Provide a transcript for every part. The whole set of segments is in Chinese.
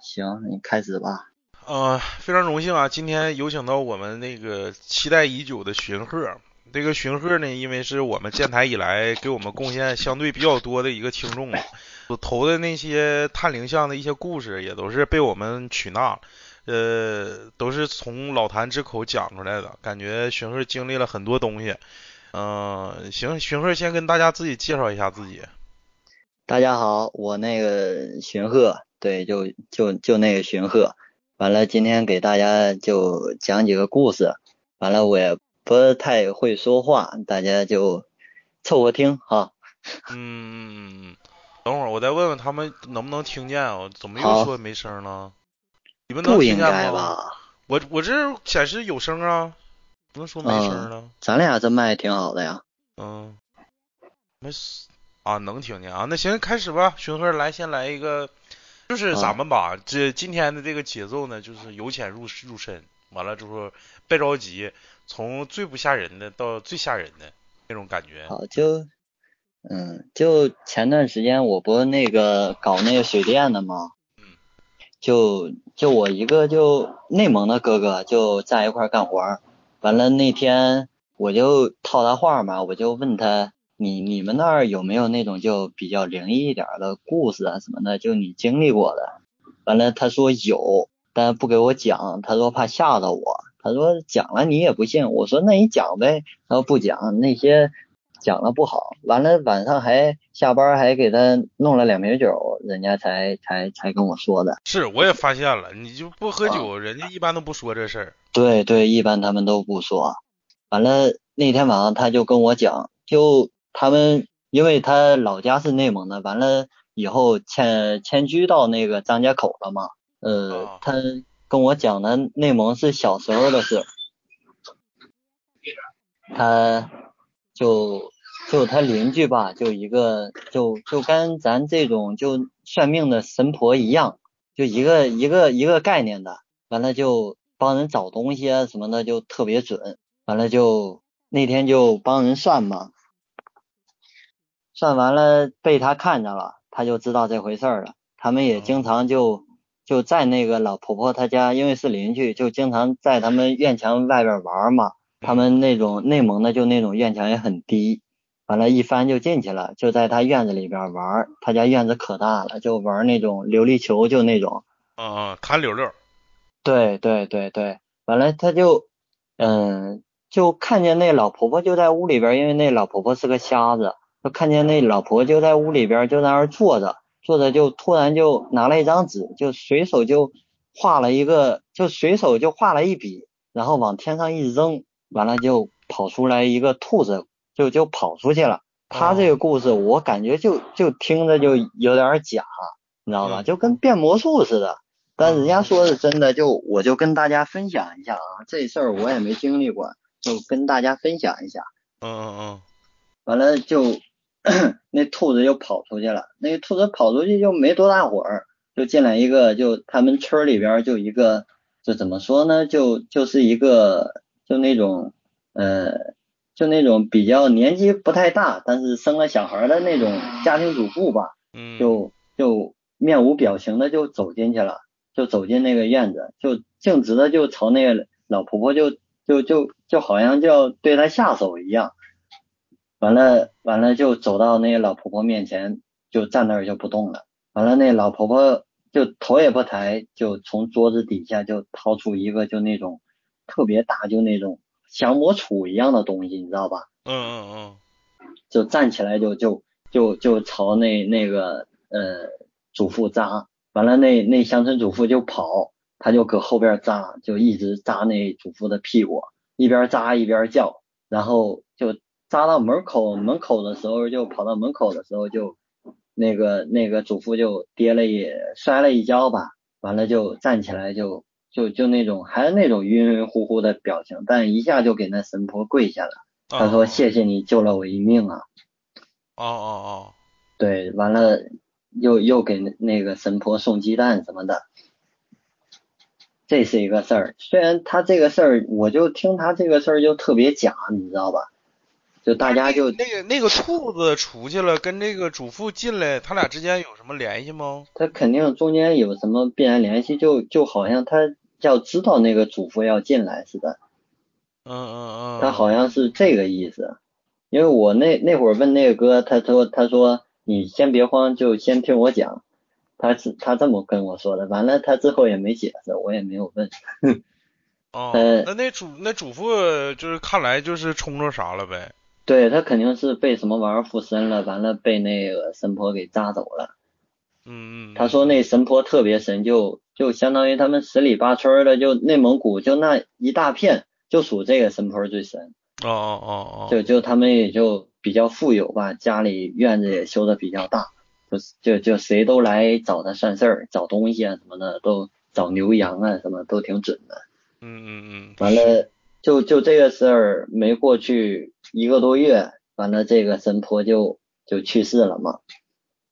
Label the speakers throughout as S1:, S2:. S1: 行，你开始吧。
S2: 呃，非常荣幸啊，今天有请到我们那个期待已久的荀鹤。这个荀鹤呢，因为是我们建台以来给我们贡献相对比较多的一个听众了，所投的那些探灵像的一些故事也都是被我们取纳，呃，都是从老谭之口讲出来的，感觉荀鹤经历了很多东西。嗯、行，荀鹤先跟大家自己介绍一下自己。
S1: 大家好，我那个荀鹤，对，就就就那个荀鹤。完了，今天给大家就讲几个故事。完了，我也不是太会说话，大家就凑合听哈。
S2: 嗯，等会儿我再问问他们能不能听见啊？怎么又
S1: 好
S2: 说没声了？你们能
S1: 不应
S2: 听
S1: 该
S2: 见吗？
S1: 吧？
S2: 我我这显示有声啊，怎么说没声了？
S1: 咱俩这麦挺好的呀。
S2: 嗯，没事啊，能听见啊。那行，开始吧，荀鹤来，先来一个，就是
S1: 啊
S2: 咱们吧，这今天的这个节奏呢，就是由浅入入深，完了之后别着急，从最不吓人的到最吓人的那种感觉。
S1: 好，就嗯，就前段时间我不是那个搞那个水电的吗？
S2: 嗯
S1: 就就我一个就内蒙的哥哥就在一块儿干活儿，完了那天我就套他话嘛，我就问他你你们那儿有没有那种就比较灵异一点儿的故事啊什么的，就你经历过的？完了他说有，但不给我讲，他说怕吓到我，他说讲了你也不信，我说那你讲呗，他说不讲那些。讲了不好，完了晚上还下班还给他弄了两瓶酒，人家才才才跟我说的。
S2: 是，我也发现了，你就不喝
S1: 嗯
S2: 酒，人家一般都不说这事儿。
S1: 对对，一般他们都不说。完了那天晚上他就跟我讲，就他们因为他老家是内蒙的，完了以后迁迁居到那个张家口了嘛。
S2: 啊
S1: 呃，他跟我讲的内蒙是小时候的事，他就就他邻居吧，就一个就就跟咱这种就算命的神婆一样，就一个一个一个概念的。完了就帮人找东西啊什么的，就特别准。完了就那天就帮人算嘛，算完了被他看着了，他就知道这回事儿了。他们也经常就就在那个老婆婆她家，因为是邻居，就经常在他们院墙外边玩儿嘛。他们那种内蒙的，就那种院墙也很低，完了，一翻就进去了，就在他院子里边玩儿。他家院子可大了，就玩儿那种琉璃球，就那种。
S2: 嗯嗯，弹溜溜。
S1: 对对对对，完了他就，嗯，就看见那老婆婆就在屋里边儿，因为那老婆婆是个瞎子，就看见那老婆就在屋里边儿就在那儿坐着，坐着就突然就拿了一张纸，就随手就画了一个，就随手就画了一笔，然后往天上一扔，完了就跑出来一个兔子，就就跑出去了。他这个故事我感觉就就听着就有点儿假，你知道吧？
S2: 嗯
S1: 就跟变魔术似的。但人家说是真的，就我就跟大家分享一下啊，这事儿我也没经历过，就跟大家分享一下。
S2: 嗯嗯嗯，
S1: 完了就 那兔子就跑出去了，那兔子跑出去就没多大会儿，就进来一个，就他们村儿里边儿就一个，就怎么说呢，就就是一个就那种呃，就那种比较年纪不太大，但是生了小孩儿的那种家庭主妇吧，
S2: 嗯，
S1: 就就面无表情的就走进去了，就走进那个院子，就径直的就朝那个老婆婆就就就就好像就要对她下手一样。完了完了就走到那个老婆婆面前，就站那儿就不动了。完了那老婆婆就头也不抬，就从桌子底下就掏出一个就那种特别大就那种降魔杵一样的东西，你知道吧？
S2: 嗯嗯嗯，
S1: 就站起来就就就就朝那那个呃主妇扎，完了那那乡村主妇就跑，他就搁后边扎，就一直扎那主妇的屁股，一边扎一边叫，然后就扎到门口，门口的时候就跑到门口的时候就那个那个主妇就跌了一摔了一跤吧，完了就站起来就就就那种还是那种晕晕乎乎的表情，但一下就给那神婆跪下了。他
S2: 啊
S1: 说：“谢谢你救了我一命啊
S2: 嗯哦哦！”
S1: 对，完了又又给那那个神婆送鸡蛋什么的，这是一个事儿。虽然他这个事儿，我就听他这个事儿就特别假，你知道吧？就大家就
S2: 那个那个兔子出去了，跟这个主妇进来，他俩之间有什么联系吗？
S1: 他肯定中间有什么必然联系，就就好像他要知道那个主妇要进来似的，
S2: 嗯嗯嗯，
S1: 他好像是这个意思。因为我那那会儿问那个哥，他说他说你先别慌，就先听我讲，他是他这么跟我说的。完了，他之后也没解释，我也没有问。
S2: 哦，
S1: 呃
S2: 那那主那主妇就是看来就是冲着啥了呗。
S1: 对他肯定是被什么玩意儿附身了，完了被那个神婆给扎走了。
S2: 嗯嗯，
S1: 他说那神婆特别神，就就相当于他们十里八村儿的，就内蒙古就那一大片，就属这个神婆最神。
S2: 哦哦哦哦，
S1: 就就他们也就比较富有吧，家里院子也修的比较大，就就就谁都来找他算事儿，找东西啊什么的，都找牛羊啊什么都挺准的。
S2: 嗯嗯嗯，
S1: 完了，就就这个事儿没过去一个多月，完了这个神婆就就去世了嘛，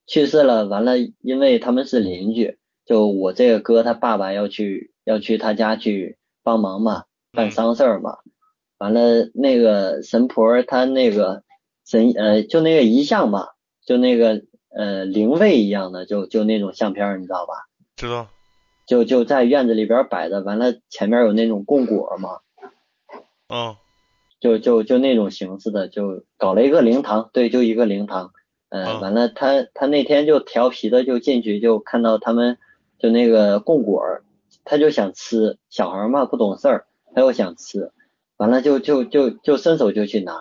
S1: 去世了，完了，因为他们是邻居，就我这个哥他爸爸要去要去他家去帮忙嘛，办丧事儿嘛，完了那个神婆她那个神呃就那个遗像吧，就那个呃灵位一样的，就就那种相片儿你知道吧？
S2: 知道。
S1: 就就在院子里边摆着，完了前面有那种供果嘛，
S2: 嗯
S1: 就就就那种形式的，就搞了一个灵堂，对，就一个灵堂。嗯、
S2: 嗯
S1: 完了他他那天就调皮的就进去，就看到他们就那个供果儿，他就想吃，小孩儿嘛不懂事儿，他又想吃，完了就就就就伸手就去拿，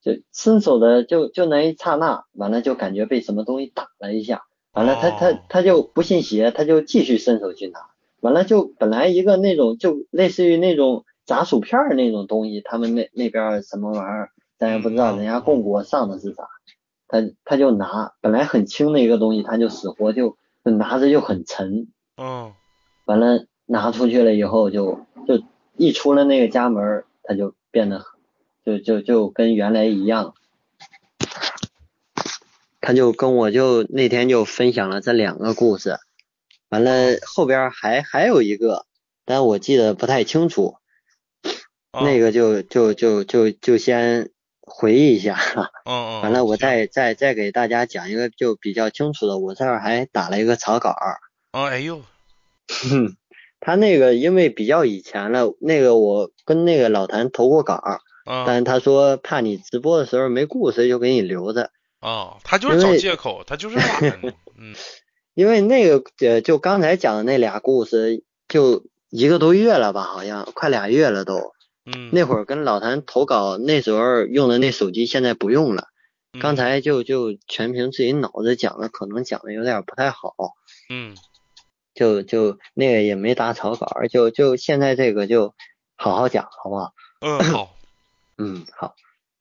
S1: 就伸手的就就那一刹那，完了就感觉被什么东西打了一下，完了他他
S2: 哦
S1: 他就不信邪，他就继续伸手去拿，完了就本来一个那种就类似于那种炸薯片儿那种东西，他们那那边儿什么玩意儿，咱也不知道，
S2: 嗯
S1: 人家供国上的是啥，他他就拿本来很轻的一个东西，他就死活就就拿着就很沉，
S2: 嗯
S1: 完了拿出去了以后就就一出了那个家门儿，他就变得很就就就跟原来一样。他就跟我就那天就分享了这两个故事，完了后边儿还还有一个，但我记得不太清楚，
S2: 嗯，
S1: 那个就就就就就先回忆一下，
S2: 嗯嗯，
S1: 完了我
S2: 行
S1: 再再再给大家讲一个就比较清楚的，我这儿还打了一个草稿儿，
S2: 啊哎呦
S1: 哼，他那个因为比较以前了，那个我跟那个老谭投过稿儿，
S2: 啊
S1: 但他说怕你直播的时候没故事，就给你留着。
S2: 啊，他就是找借口，他就是懒，嗯
S1: 因为那个呃，就刚才讲的那俩故事，就一个多月了吧，好像快俩月了都。
S2: 嗯，
S1: 那会儿跟老谭投稿，那时候用的那手机现在不用了。
S2: 嗯
S1: 刚才就就全凭自己脑子讲的，可能讲的有点不太好，
S2: 嗯
S1: 就就那个也没打草稿儿，就就现在这个就好好讲，好不好？
S2: 嗯好
S1: 嗯，好，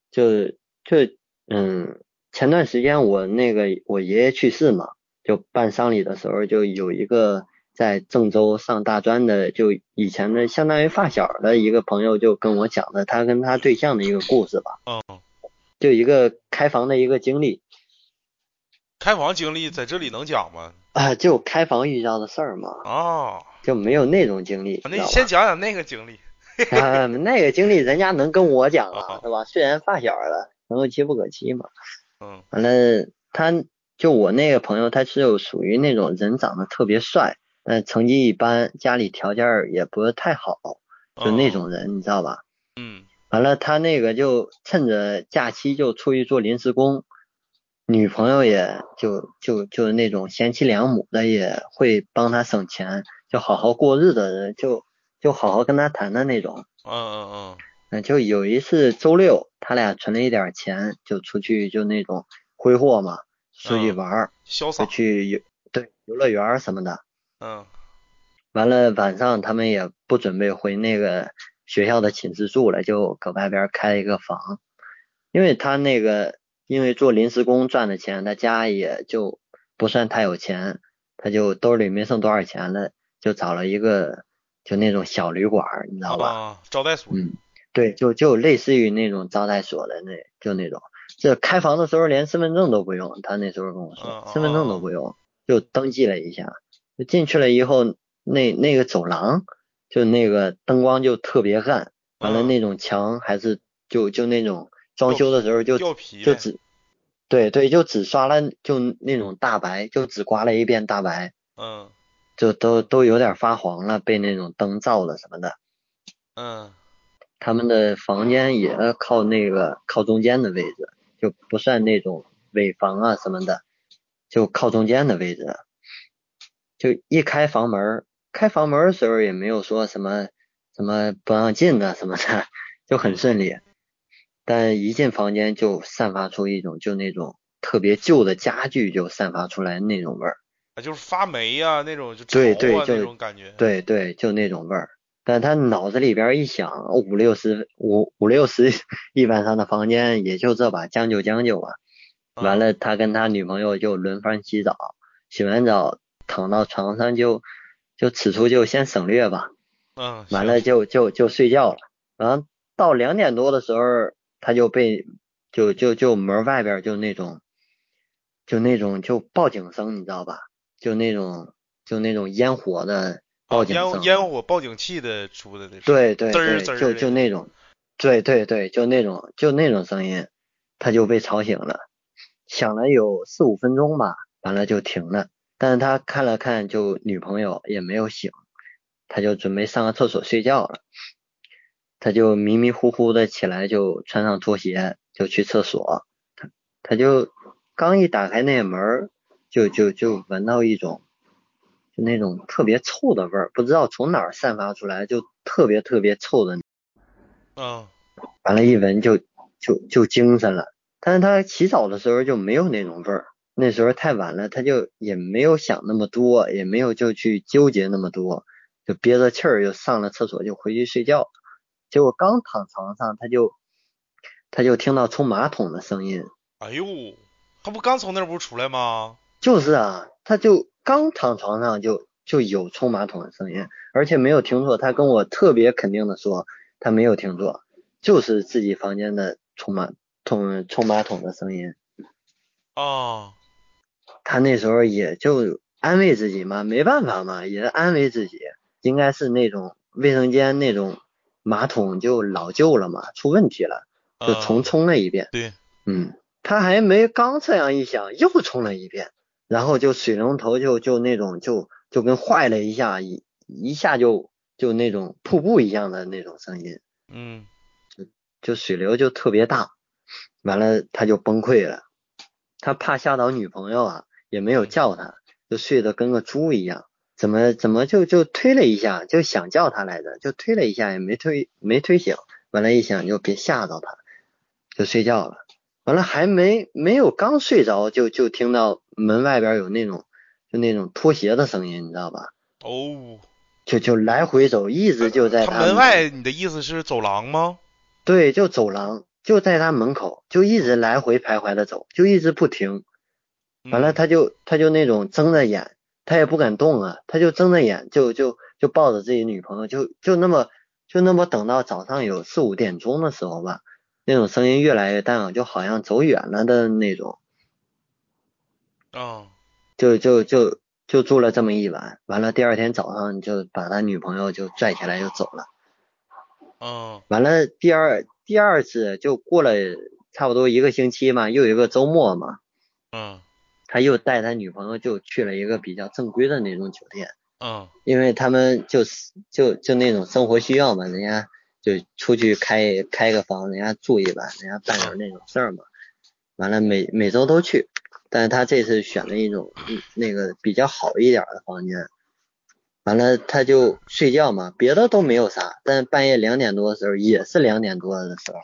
S1: 就就嗯，前段时间我那个我爷爷去世嘛，就办丧礼的时候，就有一个在郑州上大专的，就以前的相当于发小的一个朋友，就跟我讲的他跟他对象的一个故事吧，
S2: 嗯，
S1: 就一个开房的一个经历
S2: 开房经历在这里能讲吗？
S1: 啊，就开房遇到的事儿嘛，
S2: 啊，
S1: 就没有那种经历，
S2: 那
S1: 知
S2: 你
S1: 道
S2: 先
S1: 吧？
S2: 讲讲那个经历，
S1: 啊，那个经历人家能跟我讲
S2: 哦
S1: 啊，是吧？虽然发小了，朋友妻不可欺嘛。
S2: 嗯
S1: 完了，他就我那个朋友，他是有属于那种人长得特别帅，但成绩一般，家里条件儿也不是太好，就那种人，你知道吧？
S2: 嗯
S1: 完了，他那个就趁着假期就出去做临时工，女朋友也就就就那种贤妻良母的，也会帮他省钱，就好好过日子的人，就就好好跟他谈的那种。
S2: 嗯嗯
S1: 嗯，就有一次周六，他俩存了一点儿钱，就出去就那种挥霍嘛，出去
S2: 嗯
S1: 玩儿，
S2: 嗯，潇
S1: 就
S2: 洒，
S1: 去游对游乐园儿什么的。
S2: 嗯
S1: 完了晚上他们也不准备回那个学校的寝室住了，就搁外边儿开了一个房，因为他那个因为做临时工赚的钱，他家也就不算太有钱，他就兜里没剩多少钱了，就找了一个就那种小旅馆儿，你知道吧？
S2: 啊，招待所，
S1: 嗯，对，就就类似于那种招待所的那就那种，这开房的时候连身份证都不用，他那时候跟我
S2: 嗯
S1: 说
S2: 嗯
S1: 身份证都不用，就登记了一下，就进去了以后，那那个走廊就那个灯光就特别暗，完了啊
S2: 嗯
S1: 那种墙还是就就那种装修的时候就
S2: 掉皮
S1: 就
S2: 呗
S1: 只，对对，就只刷了就那种大白，就只刮了一遍大白，
S2: 嗯
S1: 就都都有点发黄了，被那种灯照了什么的。
S2: 嗯
S1: 他们的房间也靠那个靠中间的位置，就不算那种尾房啊什么的，就靠中间的位置。就一开房门儿，开房门儿的时候也没有说什么什么不让进的什么的，就很顺利。但一进房间就散发出一种就那种特别旧的家具就散发出来那种味儿，
S2: 啊就是发霉呀、那种，就潮
S1: 对对
S2: 啊那
S1: 就
S2: 种感觉。
S1: 对对，就那种味儿。但他脑子里边一想，哦五六十五五六十一晚上的房间也就这吧，将就将就吧。
S2: 嗯
S1: 完了，他跟他女朋友就轮番洗澡，洗完澡躺到床上就就此处就先省略吧，
S2: 嗯，
S1: 完
S2: 行
S1: 了就就就睡觉了。然后到两点多的时候，他就被就就就门外边就那种就那种就报警声，你知道吧？就那种就那种烟火的
S2: 啊
S1: 报警声，
S2: 烟烟火报警器的出的那种。
S1: 对对
S2: 滋儿
S1: 对，
S2: 滋儿
S1: 就
S2: 的
S1: 就那种，对对对，就那种就那种声音，他就被吵醒了，响了有四五分钟吧，完了就停了。但是他看了看，就女朋友也没有醒，他就准备上个厕所睡觉了。他就迷迷糊糊的起来，就穿上拖鞋就去厕所。他他就刚一打开那门儿，就就就闻到一种就那种特别臭的味儿，不知道从哪儿散发出来，就特别特别臭的。
S2: 嗯
S1: 完了，一闻就就就精神了。但是他洗澡的时候就没有那种味儿，那时候太晚了，他就也没有想那么多，也没有就去纠结那么多，就憋着气儿就上了厕所就回去睡觉了。结果刚躺床上，他就他就听到冲马桶的声音，
S2: 哎呦，他不刚从那屋出来吗？
S1: 就是啊，他就刚躺床上就就有冲马桶的声音，而且没有听错，他跟我特别肯定的说他没有听错，就是自己房间的冲马冲冲马桶的声音。
S2: 啊，
S1: 他那时候也就安慰自己嘛，没办法嘛，也安慰自己，应该是那种卫生间那种马桶就老旧了嘛，出问题了，就
S2: 嗯
S1: 重冲了一遍。
S2: 对，
S1: 嗯，他还没刚这样一想，又冲了一遍，然后就水龙头就就那种就就跟坏了一下，一一下就就那种瀑布一样的那种声音，
S2: 嗯
S1: 就水流就特别大，完了他就崩溃了，他怕吓倒女朋友啊，也没有叫他，就睡得跟个猪一样，怎么怎么就就推了一下，就想叫他来着，就推了一下也没推没推醒，完了，一想就别吓到他，就睡觉了。完了还没没有刚睡着就就听到门外边有那种就那种拖鞋的声音，你知道吧？
S2: 哦，
S1: 就就来回走，一直就在
S2: 他
S1: 们
S2: 门外，你的意思是走廊吗？
S1: 对，就走廊，就在他门口，就一直来回徘徊的走，就一直不停。完了，
S2: 嗯
S1: 他就他就那种睁着眼，他也不敢动啊，他就睁着眼，就就就抱着自己女朋友，就就那么就那么等到早上有四五点钟的时候吧，那种声音越来越淡了，就好像走远了的那种，
S2: 啊，
S1: 就就就就住了这么一晚。完了，第二天早上就把他女朋友就拽起来就走了。
S2: 嗯
S1: 完了，第二第二次就过了差不多一个星期嘛，又有一个周末嘛，
S2: 嗯
S1: 他又带他女朋友就去了一个比较正规的那种酒店，
S2: 嗯
S1: 因为他们就是就就那种生活需要嘛，人家就出去开开个房，人家住一晚，人家办点那种事儿嘛。完了每每周都去，但是他这次选了一种嗯那个比较好一点的房间。完了他就睡觉嘛，别的都没有啥，但是半夜两点多的时候，也是两点多的时候，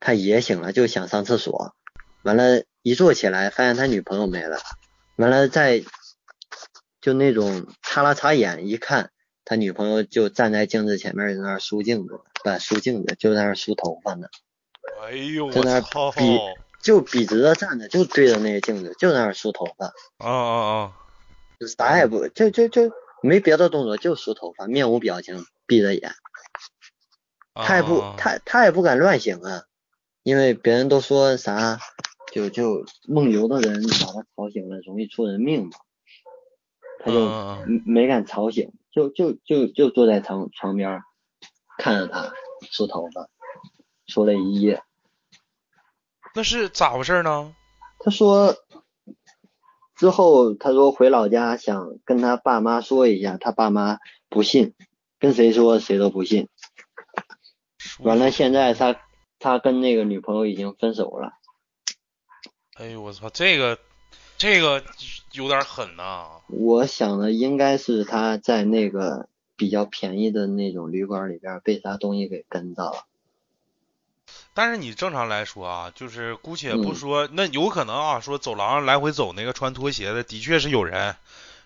S1: 他也醒了，就想上厕所。完了，一坐起来发现他女朋友没了，完了再就那种擦了擦眼，一看他女朋友就站在镜子前面在那儿梳镜子，不梳镜子就在那儿梳头发呢，
S2: 哎呦，
S1: 在那
S2: 我
S1: 儿
S2: 操！
S1: 比就笔直的站着，就对着那个镜子就在那儿梳头发，
S2: 啊啊
S1: 就啥也不就就就没别的动作，就梳头发，面无表情，闭着眼，
S2: 啊！
S1: 他也不
S2: 啊，
S1: 他他也不敢乱醒啊，因为别人都说啥就就梦游的人把他吵醒了容易出人命嘛，他就。
S2: 嗯嗯嗯
S1: 没没敢吵醒，就就就就坐在床床边儿看着他梳头发，梳了一夜，
S2: 那是咋回事呢？
S1: 他说之后，他说回老家想跟他爸妈说一下，他爸妈不信，跟谁说谁都不信。完了，现在他他跟那个女朋友已经分手了。
S2: 哎呦我操，这个这个有点狠呐、
S1: 我想的应该是他在那个比较便宜的那种旅馆里边被啥东西给跟到了。
S2: 但是你正常来说啊，就是姑且不
S1: 嗯
S2: 说，那有可能啊，说走廊来回走那个穿拖鞋的，的确是有人，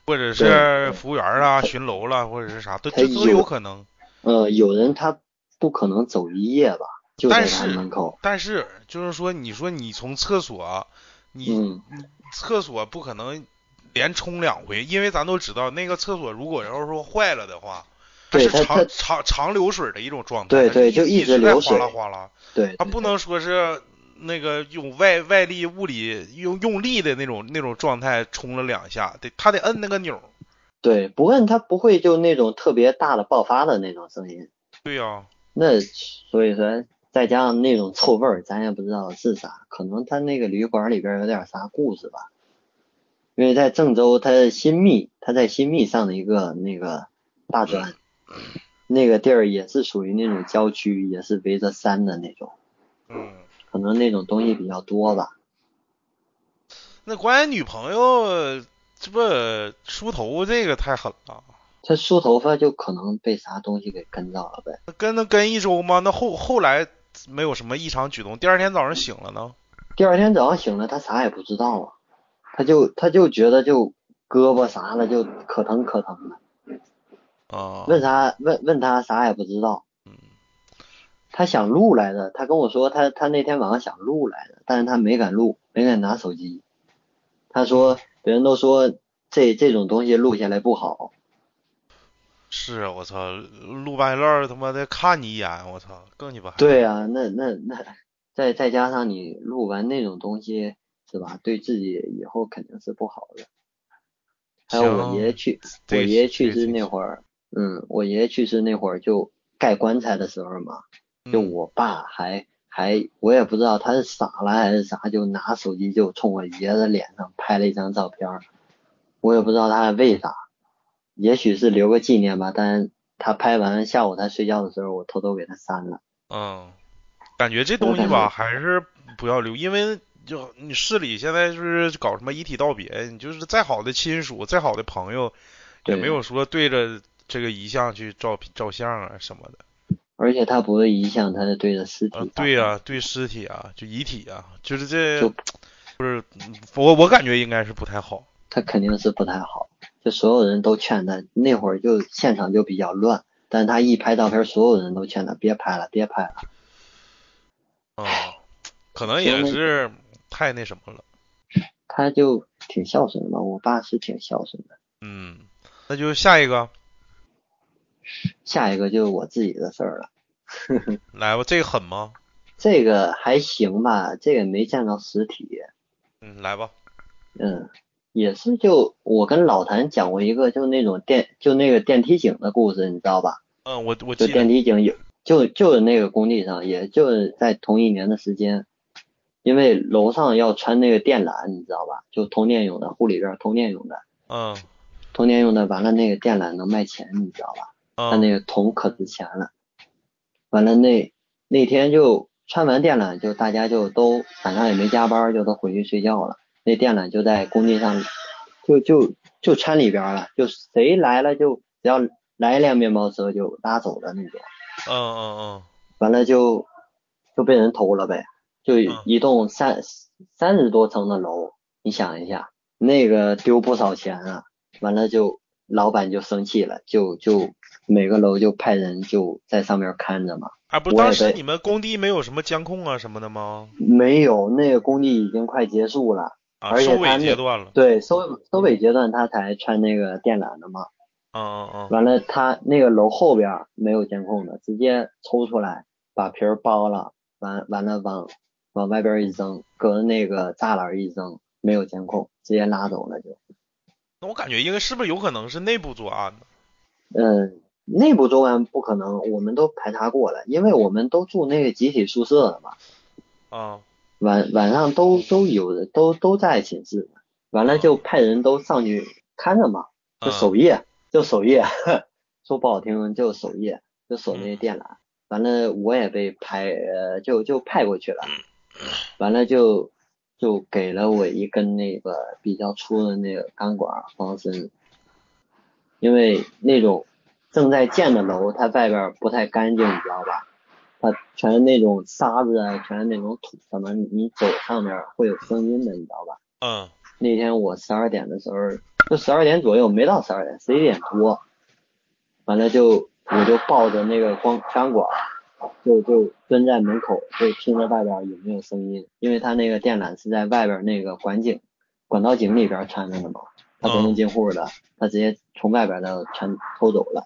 S2: 或
S1: 对
S2: 者是服务员啊、巡楼了，或者是啥，都
S1: 他
S2: 这都
S1: 有
S2: 有可能。
S1: 呃，有人他不可能走一夜吧，就在
S2: 但
S1: 他
S2: 是
S1: 门口。
S2: 但是就是说，你说你从厕所，你、
S1: 嗯
S2: 厕所不可能连冲两回，因为咱都知道那个厕所如果要是说坏了的话，它
S1: 对
S2: 是
S1: 它它
S2: 长长长流水的一种状态，
S1: 对
S2: 它
S1: 对
S2: 一
S1: 就
S2: 一
S1: 一直
S2: 在
S1: 流
S2: 哗
S1: 水
S2: 啦哗啦，
S1: 对，
S2: 它不能说是那个用外外力物理用用力的那种那种状态冲了两下，得它得摁那个钮儿。
S1: 对，不问他不会就那种特别大的爆发的那种声音。
S2: 对呀、
S1: 那所以说，再加上那种臭味儿，咱也不知道是啥，可能他那个旅馆里边有点啥故事吧。因为在郑州，他新密，他在新密上的一个那个大专，那个地儿也是属于那种郊区，也是围着山的那种，
S2: 嗯。
S1: 可能那种东西比较多吧。
S2: 那关于女朋友，这不梳头这个太狠了。
S1: 他梳头发就可能被啥东西给跟到了呗。
S2: 跟能跟一周吗？那后后来没有什么异常举动，第二天早上醒了呢，
S1: 第二天早上醒了，他啥也不知道啊，他就他就觉得就胳膊啥的就可疼可疼的。
S2: 啊、
S1: 问他问问他啥也不知道，他想录来的，他跟我说他他那天晚上想录来的，但是他没敢录，没敢拿手机。他说别人都说这这种东西录下来不好，
S2: 是我操，录半天儿他妈的看你一眼，我操，更鸡巴害怕。
S1: 对啊，那那那再再加上你录完那种东西是吧，对自己以后肯定是不好的。还有我
S2: 行
S1: 爷爷去，我
S2: 对
S1: 爷爷去
S2: 对
S1: 世
S2: 对
S1: 那会儿，嗯，我爷爷去世那会儿就盖棺材的时候嘛，就
S2: 嗯
S1: 我爸还还我也不知道他是傻了还是啥，就拿手机就冲我爷的脸上拍了一张照片儿，我也不知道他为啥，也许是留个纪念吧。但他拍完下午他睡觉的时候，我偷偷给他删了。
S2: 嗯，感觉这东西
S1: 我
S2: 吧，
S1: 感觉
S2: 还是不要留，因为就你市里现在就是搞什么遗体道别，你就是再好的亲属、再好的朋友，也
S1: 对
S2: 没有说对着这个遗像去照照相啊什么的。
S1: 而且他不是遗像，他是对着尸体
S2: 呃
S1: 照。，
S2: 对呀、对尸体啊，就遗体啊，就是这，
S1: 就
S2: 不是嗯我我感觉应该是不太好。
S1: 他肯定是不太好。就所有人都劝他，那会儿就现场就比较乱，但他一拍照片，所有人都劝他别拍了，别拍了。
S2: 啊、可能也
S1: 行那
S2: 是太那什么了。
S1: 他就挺孝顺的嘛，我爸是挺孝顺的。
S2: 嗯，那就下一个
S1: 下一个就是我自己的事儿了，
S2: 来吧，这个狠吗？
S1: 这个还行吧，这个没见到实体，
S2: 嗯，来吧。
S1: 嗯，也是就我跟老谭讲过一个就那种电就那个电梯井的故事，你知道吧？
S2: 嗯，我我
S1: 就
S2: 记
S1: 电
S2: 得。
S1: 梯井有，就就是那个工地上，也就是在同一年的时间，因为楼上要穿那个电缆，你知道吧？就通电用的，护理院通电用的，
S2: 嗯
S1: 通电用的。完了那个电缆能卖钱，你知道吧？但那
S2: 嗯
S1: 个铜可值钱了。完了那那天就穿完电缆，就大家就都晚上也没加班，就都回去睡觉了。那电缆就在工地上，就就就掺里边了，就谁来了就只要来一辆面包车就拉走的那种。
S2: 嗯嗯
S1: 完了就就被人偷了呗，就
S2: 嗯
S1: 一栋三三十多层的楼，你想一下，那个丢不少钱啊。完了就老板就生气了，就就每个楼就派人就在上面看着嘛。
S2: 嗯，啊，不是
S1: 我也
S2: 当时
S1: 被
S2: 你们工地没有什么监控啊什么的吗？
S1: 没有，那个工地已经快结束了，
S2: 啊，
S1: 而且
S2: 收尾
S1: 他那
S2: 阶段了。
S1: 对，收收尾阶段他才穿那个电缆的嘛。
S2: 嗯嗯嗯，
S1: 完了，他那个楼后边儿没有监控的，直接抽出来，把皮儿剥了，完完了往往外边儿一扔，隔着那个栅栏儿一扔，没有监控，直接拉走了就。
S2: 那我感觉应该是不是有可能是内部作案呢？
S1: 嗯，内部作案不可能，我们都排查过了，因为我们都住那个集体宿舍了嘛。
S2: 啊、
S1: 晚晚上都都有人都都在寝室，完了就派人都上去看着嘛，
S2: 嗯
S1: 就守夜，就守夜， 说不好听就守夜，就守那些电缆。完了我也被派呃就就派过去了，完了就就给了我一根那个比较粗的那个钢管防身，因为那种正在建的楼，它外边不太干净，你知道吧？它全是那种沙子啊，全是那种土什么，你走上面会有声音的，你知道吧？
S2: 嗯
S1: 那天我十二点的时候，就十二点左右，没到十二点，十一点多，完了就我就抱着那个光钢管，就就蹲在门口，就听着外边有没有声音，因为他那个电缆是在外边那个管井、管道井里边穿着的嘛，他不能进户的，他直接从外边的全偷走了。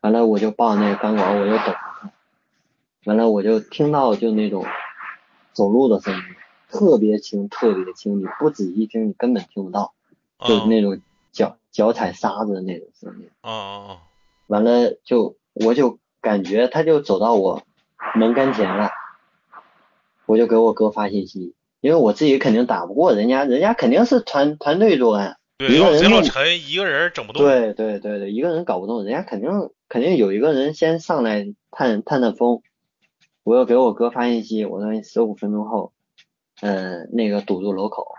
S1: 完了我就抱着那个钢管，我就等着，完了我就听到就那种走路的声音，特别轻，特别轻，你不仔细听你根本听不到，就是
S2: 嗯
S1: 那种脚脚踩沙子的那种声音。
S2: 嗯嗯
S1: 完了就我就感觉他就走到我门跟前了，我就给我哥发信息，因为我自己肯定打不过人家，人家肯定是团团队作案，
S2: 对，
S1: 一个
S2: 要
S1: 人
S2: 贼老
S1: 弄
S2: 陈一个人整不动。
S1: 对对对对，一个人搞不动，人家肯定肯定有一个人先上来探探探风。我又给我哥发信息，我说十五分钟后，嗯、那个堵住楼口，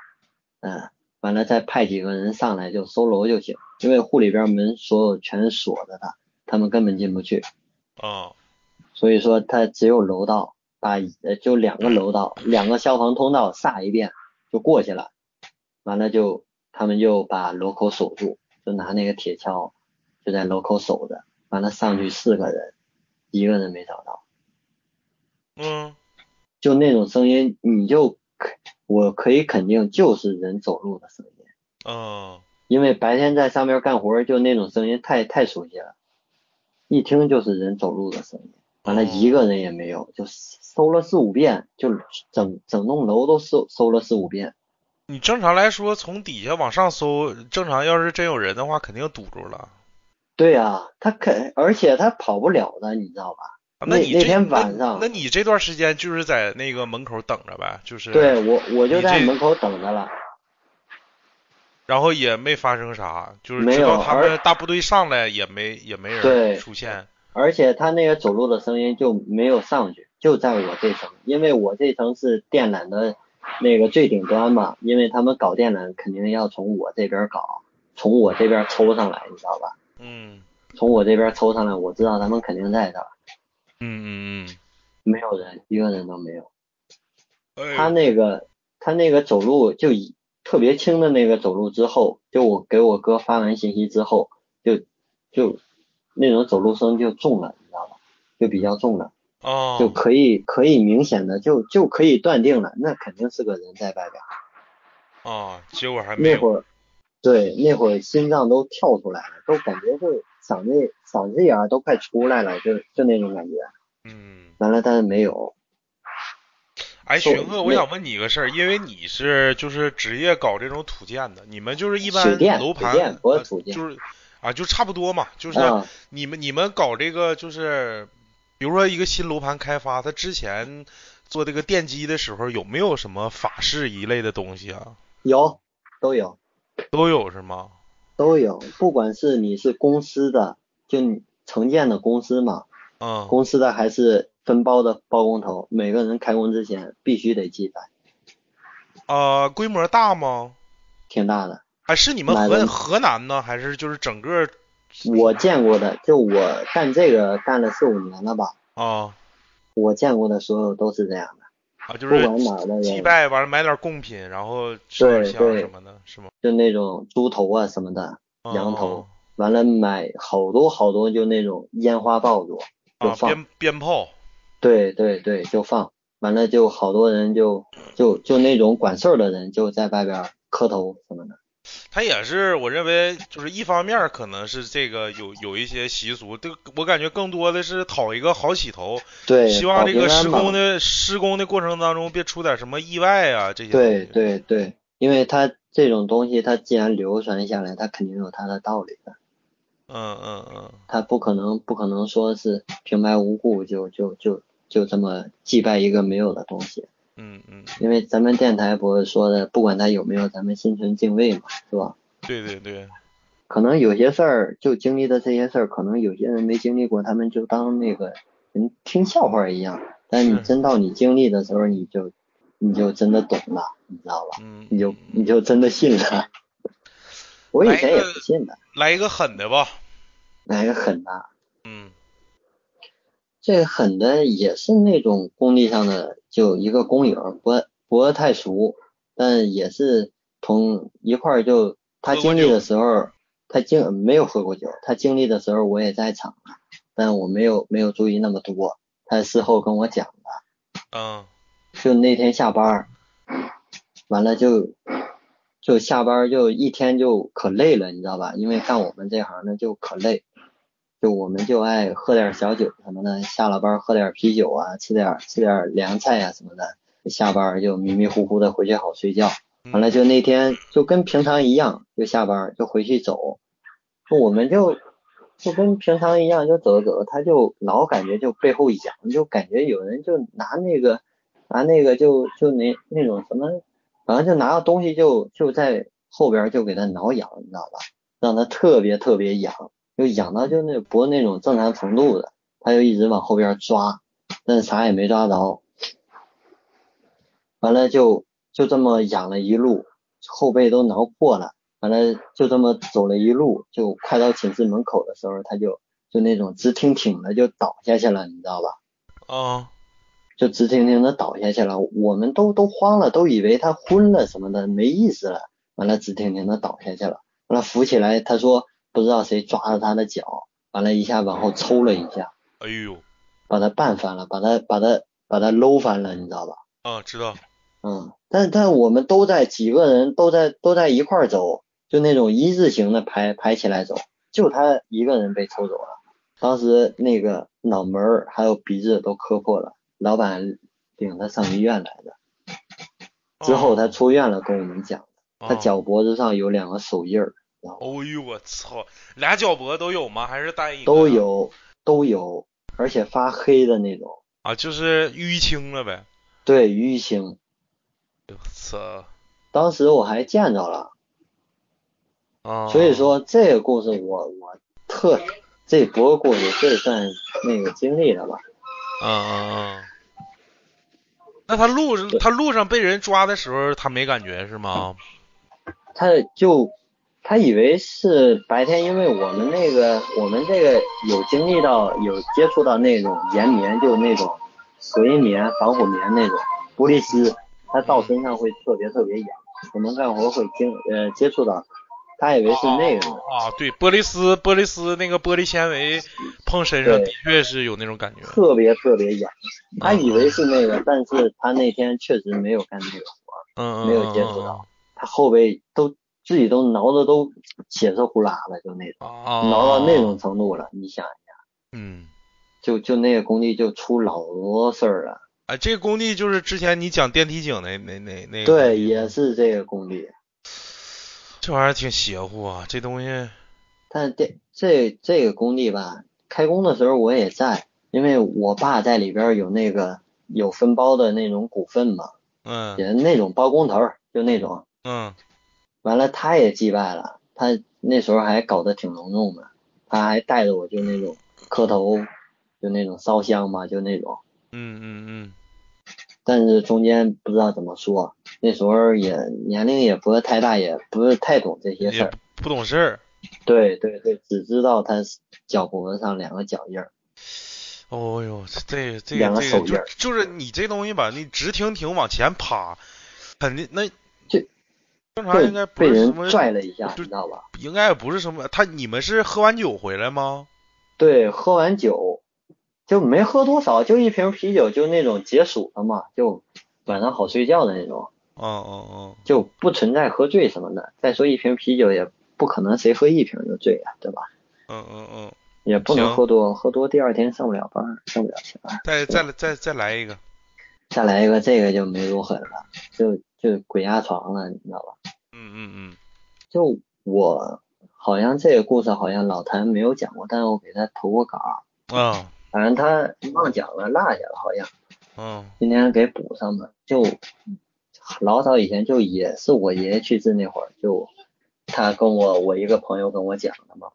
S1: 嗯、完了再派几个人上来就搜楼就行，因为户里边门所有全是锁着的，他们根本进不去。
S2: 嗯
S1: 所以说它只有楼道，把呃就两个楼道，两个消防通道撒一遍就过去了，完了就他们就把楼口守住，就拿那个铁锹就在楼口守着，完了上去四个人，一个人没找到，
S2: 嗯
S1: 就那种声音，你就可我可以肯定就是人走路的声音，
S2: 嗯
S1: 因为白天在上面干活就那种声音太太熟悉了，一听就是人走路的声音。完了，
S2: 哦
S1: 一个人也没有，就搜了四五遍，就整整栋楼都搜搜了四五遍。
S2: 你正常来说，从底下往上搜，正常要是真有人的话，肯定堵住了。
S1: 对啊，他肯，而且他跑不了的，你知道吧？
S2: 啊
S1: 那
S2: 你这
S1: 那天晚上
S2: 那，那你这段时间就是在那个门口等着呗，就是，
S1: 对我，我就
S2: 嗯你
S1: 在
S2: 这
S1: 门口等着了。
S2: 然后也没发生啥，就是
S1: 没
S2: 直
S1: 有
S2: 到他们
S1: 而
S2: 大部队上来也没也没人
S1: 对
S2: 出现。
S1: 而且他那个走路的声音就没有上去，就在我这层，因为我这层是电缆的那个最顶端嘛，因为他们搞电缆肯定要从我这边搞，从我这边抽上来，你知道吧？
S2: 嗯
S1: 从我这边抽上来，我知道他们肯定在这儿，
S2: 嗯嗯
S1: 没有人，一个人都没有。
S2: 嗯，
S1: 他
S2: 哎，
S1: 那个他那个走路就以特别轻的那个走路之后，就我给我哥发完信息之后，就就那种走路声就重了，你知道吧？就比较重了。
S2: 哦，
S1: 就可以可以明显的就就可以断定了，那肯定是个人在外边。
S2: 哦，结果还没
S1: 那
S2: 有。
S1: 会儿，对，那会儿心脏都跳出来了，都感觉是嗓子嗓子眼儿都快出来了，就就那种感觉。
S2: 嗯，
S1: 完了，但是没有，
S2: 哎，
S1: 就
S2: 寻哥，我
S1: 那
S2: 想问你一个事儿，因为你是就是职业搞这种土建的，你们就是一般
S1: 水电水
S2: 楼盘
S1: 电不是
S2: 呃
S1: 土建
S2: 就是啊，就差不多嘛，就是
S1: 啊，
S2: 你们你们搞这个就是，比如说一个新楼盘开发，它之前做这个奠基的时候，有没有什么法式一类的东西啊？
S1: 有都有
S2: 都有是吗？
S1: 都有，不管是你是公司的，就你承建的公司嘛，
S2: 嗯，
S1: 公司的还是分包的包工头，每个人开工之前必须得记载，
S2: 啊，规模大吗？
S1: 挺大的。
S2: 还是你们
S1: 买
S2: 河
S1: 了
S2: 河南呢？还是就是啊整个
S1: 我见过的，就我干这个干了四五年了吧，
S2: 啊
S1: 我见过的所有都是这样的，
S2: 啊，就
S1: 不
S2: 是
S1: 管哪儿的
S2: 祭
S1: 人，
S2: 拜完了买点贡品，然后烧点
S1: 对
S2: 香
S1: 对
S2: 什么的，是吗？
S1: 就那种猪头啊什么的，
S2: 啊
S1: 羊头完了买好多好多就那种烟花爆竹，就
S2: 啊，
S1: 放，
S2: 鞭鞭炮，
S1: 对对对，就放，完了就好多人就
S2: 嗯
S1: 就就那种管事儿的人就在外边儿磕头什么的，
S2: 它也是我认为就是一方面可能是这个有有一些习俗，这个我感觉更多的是讨一个好洗头，
S1: 对，
S2: 希望
S1: 保
S2: 这个
S1: 平安
S2: 施
S1: 嘛
S2: 工的施工的过程当中别出点什么意外啊，这些东
S1: 对
S2: 西。
S1: 对对，因为它这种东西它既然流传下来，它肯定有它的道理的。
S2: 嗯嗯嗯，
S1: 他不可能不可能说是平白无故就就就就这么祭拜一个没有的东西，
S2: 嗯嗯，
S1: 因为咱们电台不是说的，不管他有没有，咱们心存敬畏嘛，是吧？
S2: 对对对，
S1: 可能有些事儿就经历的这些事儿，可能有些人没经历过，他们就当那个人听笑话一样。但你
S2: 是
S1: 真到你经历的时候，你就你就真的懂了，你知道吧？
S2: 嗯，
S1: 你就你就真的信了。 我以前也不信的，
S2: 来一个狠的吧，
S1: 来个狠的，
S2: 嗯
S1: 这个狠的也是那种工地上的，就一个工友，不不太熟，但也是同一块儿就他
S2: 喝过
S1: 经历
S2: 酒
S1: 的时候，他经没有喝过酒，他经历的时候我也在场，但我没有没有注意那么多，他事后跟我讲的，
S2: 嗯
S1: 就那天下班儿，完了就就下班儿就一天就可累了，你知道吧？因为干我们这行的就可累，就我们就爱喝点小酒什么的，下了班儿喝点啤酒啊，吃点吃点凉菜啊什么的，下班儿就迷迷糊糊的回去好睡觉。完了就那天就跟平常一样，就下班儿就回去走，就我们就就跟平常一样就走着走着，他就老感觉就背后痒，就感觉有人就拿那个拿那个就就那那种什么，反正就拿个东西就就在后边儿就给他挠痒，你知道吧？让他特别特别痒，就痒到就那不是那种正常程度的，他就一直往后边儿抓，但是啥也没抓着，完了就就这么养了一路，后背都挠破了，完了就这么走了一路，就快到寝室门口的时候，他就就那种直挺挺的就倒下去了，你知道吧？
S2: 啊
S1: 就直挺挺的倒下去了，我们都都慌了，都以为他昏了什么的，没意识了。完了，直挺挺的倒下去了。完了扶起来，他说不知道谁抓着他的脚，完了一下往后抽了一下，
S2: 哎呦
S1: 把他绊翻了，把他把他把他搂翻了，你知道吧？
S2: 啊知道
S1: 嗯，但但我们都在几个人都在都在一块儿走，就那种一字形的排排起来走，就他一个人被抽走了。当时那个脑门儿还有鼻子都磕破了，老板领他上医院来的。之
S2: 哦
S1: 后
S2: 啊
S1: 他出院了，跟我们讲，
S2: 他
S1: 他脚脖子上有两个手印儿，
S2: 啊哦呦我操，俩脚脖都有吗？还是单一个
S1: 都有都有，而且发黑的那种，
S2: 啊，就是淤青了呗。
S1: 对淤青。
S2: 我操
S1: 当时我还见着了，
S2: 啊！
S1: 所以说这个故事我我特这不个故事这算那个经历了吧？
S2: 嗯，嗯嗯。那他路他路上被人抓的时候，他没感觉是吗？
S1: 他就他以为是白天，因为我们那个我们这个有经历到有接触到那种岩棉，就那种隔音棉、防火棉那种玻璃丝，它到身上会特别特别痒。我们干活会经呃接触到，他以为是那个呢，
S2: 啊，对，玻璃丝玻璃丝那个玻璃纤维碰身上
S1: 对
S2: 的确是有那种感觉。
S1: 特别特别痒。他以为是那个，但是他那天确实没有干那个活，
S2: 嗯嗯，
S1: 没有接触到他后背都自己都挠的都血色呼啦了，就那种
S2: 嗯。啊，
S1: 挠到那种程度了，你想。
S2: 嗯。
S1: 就就那个工地就出老多事儿了。
S2: 啊，这个工地就是之前你讲电梯井那那那那个工
S1: 对，
S2: 地
S1: 也是这个工地，
S2: 这玩意儿挺邪乎啊，这东西
S1: 但这这这个工地吧，开工的时候我也在，因为我爸在里边有那个有分包的那种股份嘛，
S2: 嗯
S1: 也是那种包工头儿，就那种。
S2: 嗯
S1: 完了，他也祭拜了，他那时候还搞得挺隆重的，他还带着我就那种磕头，就那种烧香嘛，就那种。
S2: 嗯嗯
S1: 但是中间不知道怎么说，那时候也年龄也不是太大，也不是太懂这些
S2: 嗯，
S1: 事
S2: 也
S1: 儿。
S2: 不不懂事儿。
S1: 对对对，只知道他脚脖子上两个脚印儿。
S2: 哦呦，这这
S1: 两
S2: 个
S1: 个
S2: 这
S1: 手
S2: 个
S1: 印儿
S2: 就就是你这东西吧，你直挺挺往前趴，肯定那
S1: 这
S2: 正常
S1: 被
S2: 应该不
S1: 被
S2: 是什
S1: 人
S2: 么，
S1: 拽了一下，你
S2: 就
S1: 知道吧？
S2: 应该不是什么。他你们是喝完酒回来吗？
S1: 对，喝完酒就没喝多少，就一瓶啤酒，就那种解暑的嘛，就晚上好睡觉的那种，
S2: 嗯嗯嗯，
S1: 就不存在喝醉什么的。再说一瓶啤酒也不可能谁喝一瓶就醉呀、啊对吧？
S2: 嗯嗯嗯，
S1: 也不能
S2: 行
S1: 喝多，喝多第二天上不了班儿，上不了钱儿。
S2: 再再来再再来一个，
S1: 再来一个，这个就没多狠了，就就鬼压床了，你知道吧？
S2: 嗯嗯嗯，
S1: 就我好像这个故事好像老谭没有讲过，但是我给他投过稿儿，
S2: 啊
S1: 反正他忘讲了落下了好像。
S2: 嗯
S1: 今天给补上了。就老早以前就也是我爷爷去世那会儿，就他跟我我一个朋友跟我讲的嘛。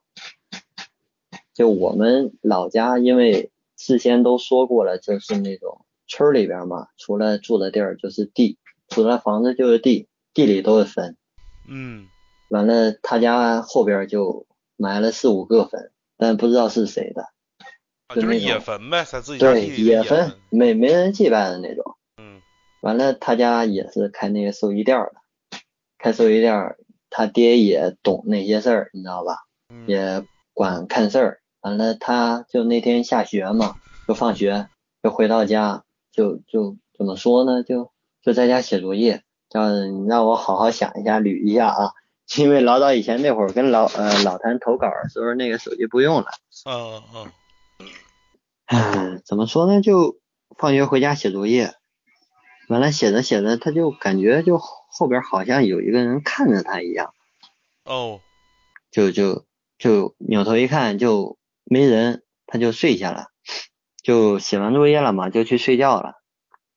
S1: 就我们老家，因为事先都说过了，就是那种村儿里边嘛，除了住的地儿就是地，除了房子就是地，地里都是坟。
S2: 嗯
S1: 完了，他家后边就埋了四五个坟，但不知道是谁的。
S2: 啊，
S1: 就
S2: 就是
S1: 那种
S2: 野坟呗，在自己家
S1: 对，
S2: 地里的
S1: 也
S2: 野
S1: 分没没人祭拜的那种。
S2: 嗯
S1: 完了，他家也是开那个寿衣店儿的，开寿衣店儿，他爹也懂那些事儿，你知道吧？
S2: 嗯
S1: 也管看事儿。完了，他就那天下学嘛，就放学，就回到家，就就怎么说呢？就就在家写作业，让你让我好好想一下，捋一下啊。 因为老早以前那会儿跟老呃老谭投稿的时候，那个手机不用了。
S2: 嗯嗯
S1: 唉，怎么说呢？就放学回家写作业，完了写着写着，他就感觉就后边好像有一个人看着他一样，
S2: 哦
S1: 就就就扭头一看就没人，他就睡下了，就写完作业了嘛，就去睡觉了。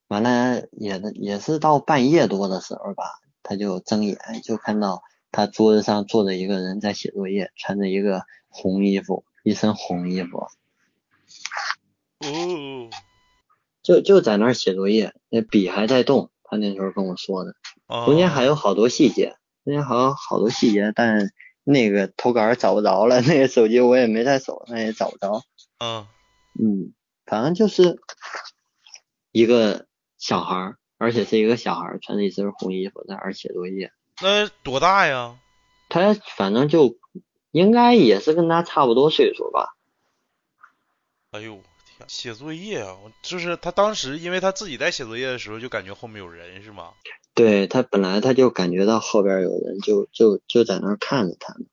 S1: 完了也也是到半夜多的时候吧，他就睁眼就看到他桌子上坐着一个人在写作业，穿着一个红衣服，一身红衣服。
S2: 哦
S1: 就就在那儿写作业，那笔还在动。他那时候跟我说的，
S2: 哦，
S1: 中间还有好多细节，中间还有好多细节，但那个投稿儿找不着了，那个手机我也没在手上，也找不着。
S2: 嗯
S1: 嗯，反正就是一个小孩儿，而且是一个小孩儿，穿着一身红衣服在那儿写作业。
S2: 那多大呀？
S1: 他反正就应该也是跟他差不多岁数吧。
S2: 哎呦，我天，写作业啊，我就是他当时因为他自己在写作业的时候就感觉后面有人是吗？
S1: 对他本来他就感觉到后边有人就，就就在那儿看着他呢。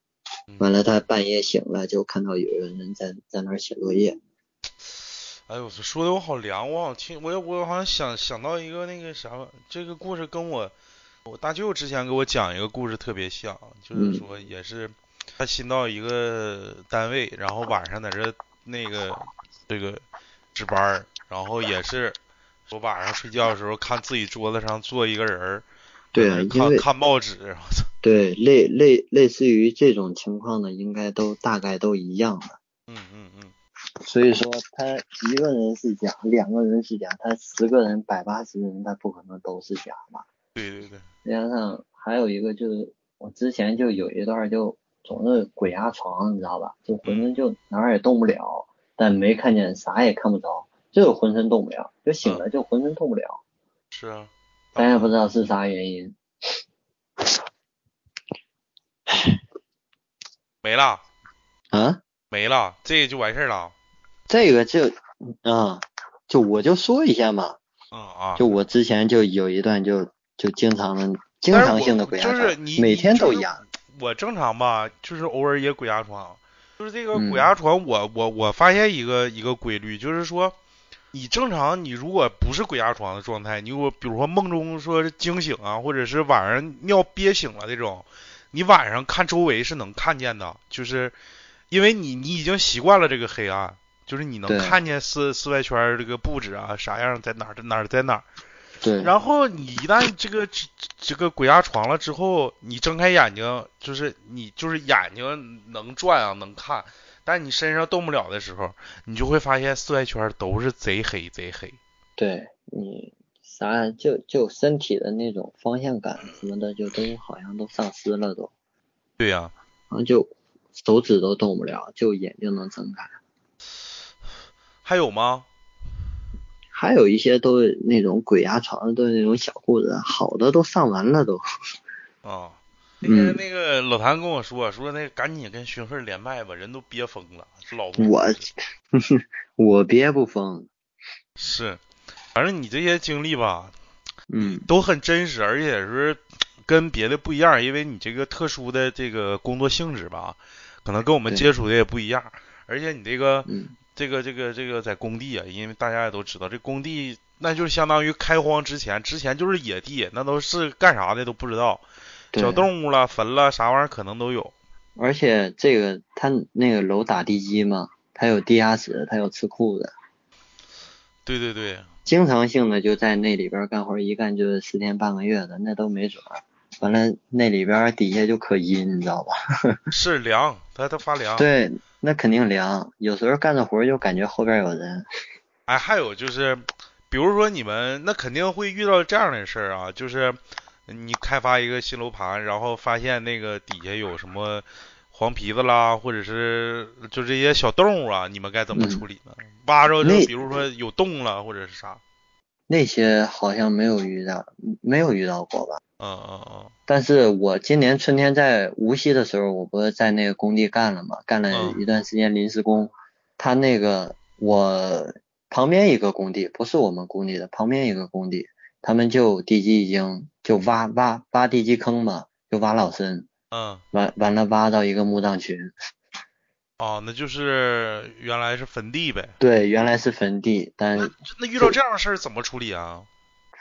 S2: 嗯
S1: 完了，他半夜醒了，就看到有个人在在那儿写作业。
S2: 哎呦，这说的我好凉，我好听，我我好像想想到一个那个啥，这个故事跟我我大舅之前给我讲一个故事特别像，就是
S1: 嗯
S2: 说也是他新到一个单位，然后晚上在这那个这个值班儿，然后也是我晚上睡觉的时候看自己桌子上坐一个人儿，
S1: 对啊，
S2: 在那
S1: 因
S2: 看
S1: 为
S2: 看报纸，我操，
S1: 对类类类似于这种情况呢，应该都大概都一样的。
S2: 嗯嗯嗯，
S1: 所以说，他一个人是假，两个人是假，他十个人、百八十个人，他不可能都是假吧？
S2: 对对对，
S1: 再加上还有一个就是，我之前就有一段就总是鬼压床，你知道吧？就浑身就哪儿也动不了，但没看见啥也看不着，就是浑身动不了，就醒了就浑身动不了，
S2: 是啊，
S1: 咱哎也不知道是啥原因。
S2: 没了
S1: 啊，
S2: 没了，这个就完事儿了，
S1: 这个就啊，就我就说一下嘛，
S2: 嗯啊，
S1: 就我之前就有一段就就经常的经常性的鬼压床，
S2: 就是你
S1: 每天都
S2: 你就是
S1: 压。
S2: 我正常吧，就是偶尔也鬼压床，就是这个
S1: 嗯
S2: 鬼压床我，我我发现一个一个规律，就是说，你正常你如果不是鬼压床的状态，你如果比如说梦中说惊醒啊，或者是晚上尿憋醒了这种，你晚上看周围是能看见的，就是因为你你已经习惯了这个黑暗，就是你能
S1: 对
S2: 看见四四外圈儿这个布置啊，啥样在哪儿在哪儿在哪儿。
S1: 对，
S2: 然后你一旦这个这这个鬼压床了之后，你睁开眼睛，就是你就是眼睛能转啊，能看，但你身上动不了的时候，你就会发现四外圈都是贼黑贼黑。
S1: 对你啥就就身体的那种方向感什么的，就都好像都丧失了都，
S2: 对呀、
S1: 然后就手指都动不了，就眼睛能睁开。
S2: 还有吗？
S1: 还有一些都是那种鬼压床的，都是那种小故事，好的都上完了都。
S2: 啊、那天
S1: 嗯
S2: 那个老谭跟我说，说那赶紧跟荀鹤连麦吧，人都憋疯了，老不
S1: 我我憋不疯，
S2: 是，反正你这些经历吧，
S1: 嗯，
S2: 都很真实，而且是跟别的不一样，因为你这个特殊的这个工作性质吧，可能跟我们
S1: 对
S2: 接触的也不一样，而且你这个
S1: 嗯
S2: 这个这个这个在工地啊，因为大家也都知道，这工地那就是相当于开荒之前，之前就是野地，那都是干啥的都不知道，
S1: 对
S2: 小动物啦、坟啦啥玩意儿可能都有。
S1: 而且这个他那个楼打地基嘛，它有地下室，它有车库的，
S2: 对对对，
S1: 经常性的就在那里边干活，一干就是十天半个月的，那都没准儿。完了，那里边底下就可阴，你知道吧？
S2: 是凉，它它发凉。
S1: 对，那肯定凉。有时候干着活就感觉后边有人。
S2: 哎，还有就是，比如说你们那肯定会遇到这样的事儿啊，就是你开发一个新楼盘，然后发现那个底下有什么黄皮子啦，或者是就这些小动物啊，你们该怎么处理呢？挖着
S1: 嗯
S2: 就
S1: 那
S2: 比如说有洞了，或者是啥？
S1: 那些好像没有遇到，没有遇到过吧？
S2: 嗯嗯嗯，
S1: 但是我今年春天在无锡的时候，我不是在那个工地干了嘛，干了
S2: 嗯
S1: 一段时间临时工。他那个我旁边一个工地，不是我们工地的，旁边一个工地，他们就地基已经就挖挖挖地基坑嘛，就挖老深，
S2: 嗯，
S1: 完完了挖到一个墓葬群，
S2: 哦，那就是原来是坟地呗。
S1: 对，原来是坟地，
S2: 那
S1: 但
S2: 那遇到这样的事儿怎么处理啊？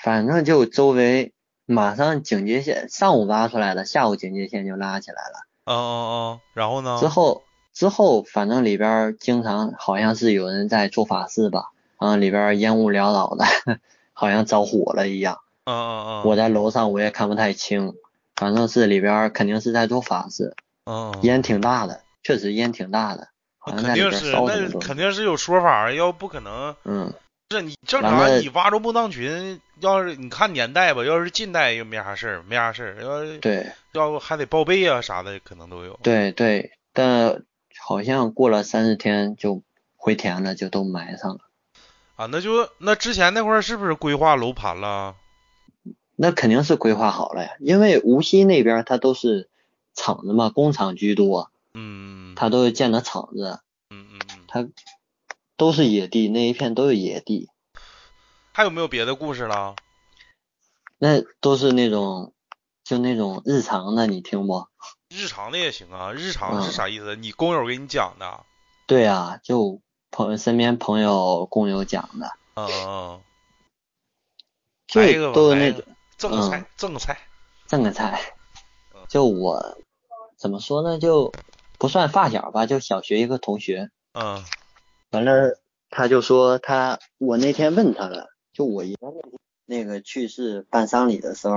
S1: 反正就周围马上警戒线，上午挖出来的，下午警戒线就拉起来了。
S2: 嗯嗯嗯，然后呢
S1: 之？后之后，反正里边儿经常好像是有人在做法事吧，然后里边儿烟雾缭绕的， 好像着火了一样。
S2: 嗯嗯嗯，
S1: 我在楼上我也看不太清，反正是里边儿肯定是在做法事，
S2: 嗯嗯
S1: 烟挺大的，确实烟挺大的，好像
S2: 那肯
S1: 在里
S2: 定
S1: 边
S2: 是，
S1: 烧什么
S2: 那
S1: 东
S2: 肯
S1: 西。
S2: 定是有说法儿，要不可能。
S1: 嗯，
S2: 不是你正
S1: 完
S2: 常，
S1: 了
S2: 你挖着墓葬群，要是你看年代吧，要是近代又没啥事儿，没啥事儿，要是
S1: 对
S2: 要不还得报备啊啥的，可能都有。
S1: 对对，但好像过了三四天就回填了，就都埋上了。
S2: 啊，那就那之前那块儿是不是规划楼盘了？
S1: 那肯定是规划好了呀，因为无锡那边儿它都是厂子嘛，工厂居多。
S2: 嗯
S1: 它都是建的厂子，
S2: 嗯嗯嗯。
S1: 它都是野地，那一片都是野地，
S2: 还有没有别的故事了？
S1: 那都是那种就那种日常的，你听不？
S2: 日常的也行啊，日常是
S1: 嗯
S2: 啥意思？你工友给你讲的。
S1: 对啊，就朋身边朋友工友讲的，
S2: 嗯嗯嗯，
S1: 就
S2: 来一个吧
S1: 都是
S2: 来
S1: 那
S2: 一个
S1: 种
S2: 赠个菜
S1: 嗯，
S2: 赠个菜。
S1: 挣个菜。
S2: 嗯
S1: 就我怎么说呢，就不算发小吧，就小学一个同学。
S2: 嗯
S1: 完了，他就说他，我那天问他了，就我爷爷那个去世办丧礼的时候，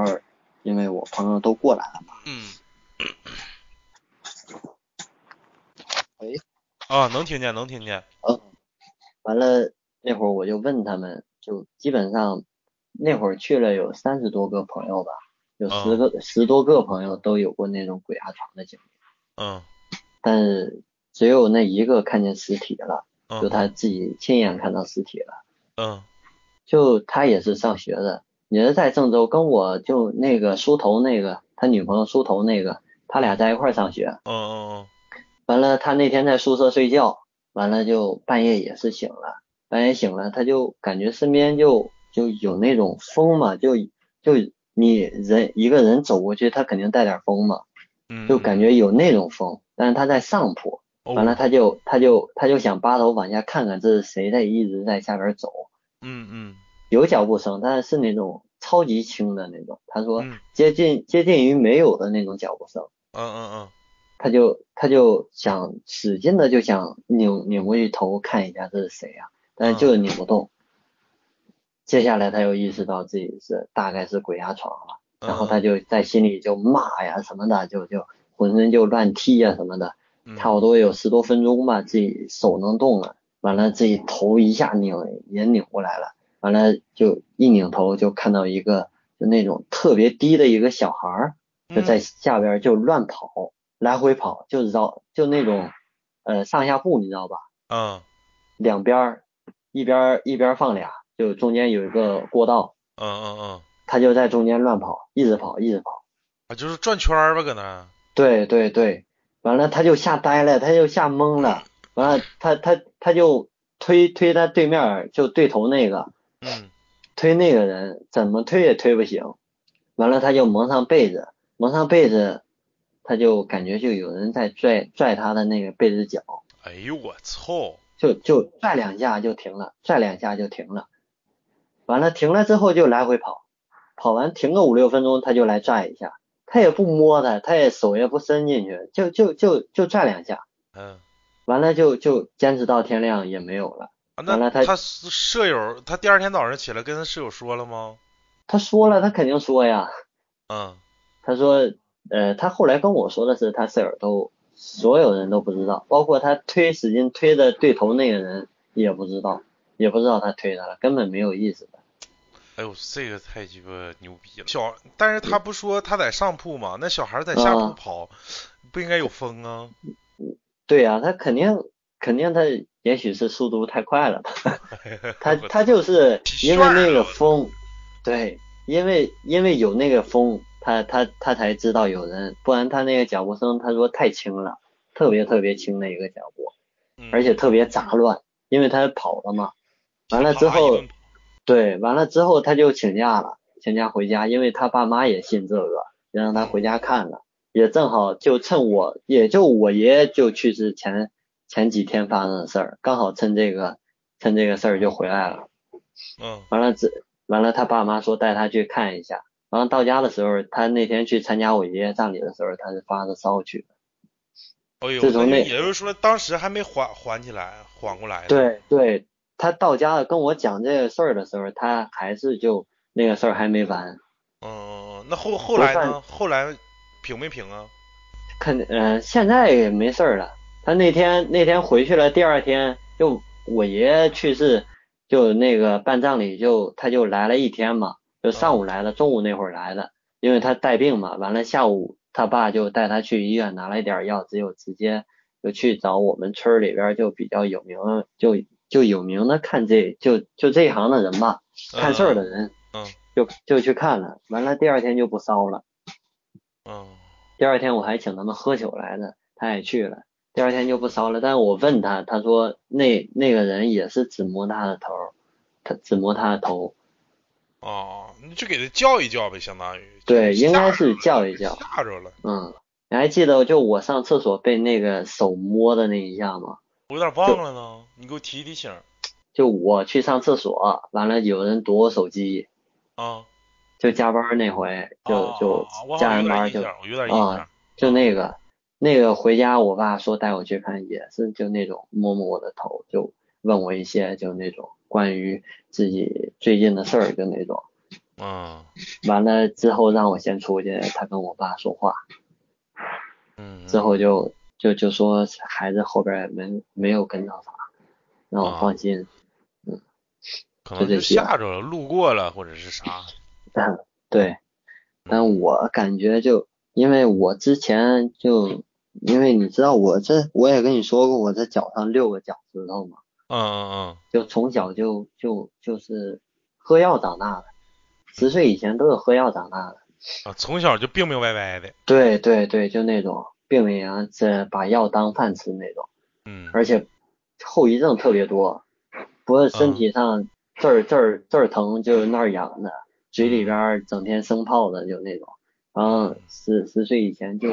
S1: 因为我朋友都过来了。
S2: 嗯。
S1: 喂。
S2: 啊，能听见，能听见。
S1: 嗯，完了那会儿我就问他们，就基本上那会儿去了有三十多个朋友吧，有
S2: 嗯
S1: 十个、十多个朋友都有过那种鬼压床的经历，
S2: 嗯
S1: 但是只有那一个看见尸体了，就
S2: 嗯
S1: 他自己亲眼看到尸体了。
S2: 嗯
S1: 就他也是上学的，也是在郑州，跟我就那个梳头那个，他女朋友梳头那个，他俩在一块儿上学。
S2: 嗯嗯
S1: 完了，他那天在宿舍睡觉，完了就半夜也是醒了，半夜醒了，他就感觉身边就就有那种风嘛，就就你人一个人走过去，他肯定带点风嘛，
S2: 嗯，
S1: 就感觉有那种风。但是他在上铺，
S2: 哦
S1: 完了他就他就他就想扒头往下看看这是谁在一直在下边走，
S2: 嗯嗯
S1: 有脚步声，但是是那种超级轻的那种，他说
S2: 嗯
S1: 接近接近于没有的那种脚步声。
S2: 嗯嗯
S1: 他就他就想使劲的就想扭扭过去头看一下这是谁啊，但是就是扭不动。接下来他又意识到自己是大概是鬼压床了，
S2: 嗯，
S1: 然后他就在心里就骂呀什么的，就就浑身就乱踢呀什么的，
S2: 嗯
S1: 差不多有十多分钟吧，自己手能动了，完了自己头一下扭也扭过来了，完了就一拧头就看到一个就那种特别低的一个小孩儿，就在下边就乱跑，来回跑，就绕就那种呃上下铺，你知道吧？
S2: 嗯
S1: 两边儿一边儿一边儿放俩，就中间有一个过道，
S2: 嗯嗯嗯，
S1: 他就在中间乱跑，一直跑，一直跑。
S2: 啊，就是转圈儿吧，搁那儿。
S1: 对对对，完了他就吓呆了，他就吓懵了，完了他他他就推推他对面儿就对头那个，
S2: 嗯
S1: 推那个人怎么推也推不醒，完了他就蒙上被子，蒙上被子，他就感觉就有人在拽拽他的那个被子角，
S2: 哎呦我操！
S1: 就就拽两下就停了，拽两下就停了，完了停了之后就来回跑，跑完停个五六分钟他就来拽一下，他也不摸他，他也手也不伸进去，就就就就拽两下，
S2: 嗯，
S1: 完了就就坚持到天亮也没有了，完
S2: 啊那
S1: 了他
S2: 他舍友，他第二天早上起来跟他室友说了吗？
S1: 他说了，他肯定说呀。
S2: 嗯，
S1: 他说，呃，他后来跟我说的是，他室友都所有人都不知道，包括他推使劲推的对头那个人也不知道，也不知道他推他了，根本没有意思的。
S2: 哎呦，这个太鸡巴牛逼了。小，但是他不说他在上铺嘛，那小孩在下铺
S1: 啊
S2: 跑，不应该有风啊？
S1: 对呀、他肯定肯定他也许是速度太快了吧，他他就是因为
S2: 啊
S1: 那个风，对，因为因为有那个风，他他他才知道有人，不然他那个脚步声，他说太轻了，特别特别轻的一个脚步，
S2: 嗯
S1: 而且特别杂乱，因为他跑了嘛。完了之
S2: 啪一
S1: 后
S2: 顿，跑
S1: 对，完了之后他就请假了，请假回家，因为他爸妈也信这个，也让他回家看了，也正好就趁我，也就我爷爷就去世前前几天发生的事儿，刚好趁这个趁这个事儿就回来了。
S2: 嗯
S1: 完了这完了，他爸妈说带他去看一下。完了到家的时候，他那天去参加我爷爷葬礼的时候，他是发着烧去的。
S2: 哎呦，
S1: 自从
S2: 那
S1: 那
S2: 就也就是说，当时还没缓缓起来，缓过来呢。
S1: 对对，他到家了跟我讲这个事儿的时候，他还是就那个事儿还没完，
S2: 嗯，那后后来
S1: 不
S2: 呢？
S1: 算
S2: 后来平没平啊？
S1: 肯嗯、现在也没事儿了。他那天那天回去了，第二天就我爷爷去世，就那个办葬礼就他就来了一天嘛，就上午来了，中午那会儿来的，因为他带病嘛，完了下午他爸就带他去医院拿了一点药，只有直接就去找我们村儿里边儿就比较有名就就有名的看这就就这一行的人吧，看事儿的人，
S2: 嗯
S1: 就就去看了，完了第二天就不烧了。
S2: 嗯
S1: 第二天我还请他们喝酒来的，他也去了。第二天就不烧了，但是我问他，他说那那个人也是只摸他的头儿，他只摸他的头，
S2: 哦，你就给他叫一叫呗，相当于。
S1: 对，
S2: 就
S1: 应该
S2: 吓
S1: 是
S2: 着了
S1: 叫一叫。
S2: 吓着了，
S1: 嗯，你还记得就我上厕所被那个手摸的那一下吗？
S2: 我有点忘了呢，你给我提提醒儿
S1: 就我去上厕所，完了有人夺我手机，
S2: 啊。
S1: 就加班儿那回，就
S2: 啊
S1: 就
S2: 啊啊我好
S1: 加
S2: 像
S1: 人
S2: 有
S1: 班
S2: 点
S1: 儿
S2: 印
S1: 就
S2: 象，我有点印象
S1: 啊。就那个那个回家，我爸说带我去看，也是就那种摸摸我的头，就问我一些就那种关于自己最近的事儿，就那种。
S2: 嗯
S1: 完了之后让我先出去，他跟我爸说话，
S2: 嗯。
S1: 之后就就就说孩子后边儿没没有跟上啥，让我
S2: 啊
S1: 放心。
S2: 可
S1: 就
S2: 能
S1: 这
S2: 是
S1: 些
S2: 吓着了，路过了或者是啥。
S1: 对，但我感觉就因为我之前就因为你知道我这我也跟你说过，我这脚上六个脚趾头嘛。
S2: 嗯嗯
S1: 就从小就就就是喝药长大的，十岁以前都是喝药长大的。
S2: 嗯啊，从小就病病歪歪的。
S1: 对对对，就那种病一样，这把药当饭吃那种，
S2: 嗯
S1: 而且后遗症特别多，不是身体上这儿这儿这儿疼就是那儿痒的，嘴里边儿整天生泡的就那种，然后十十岁以前就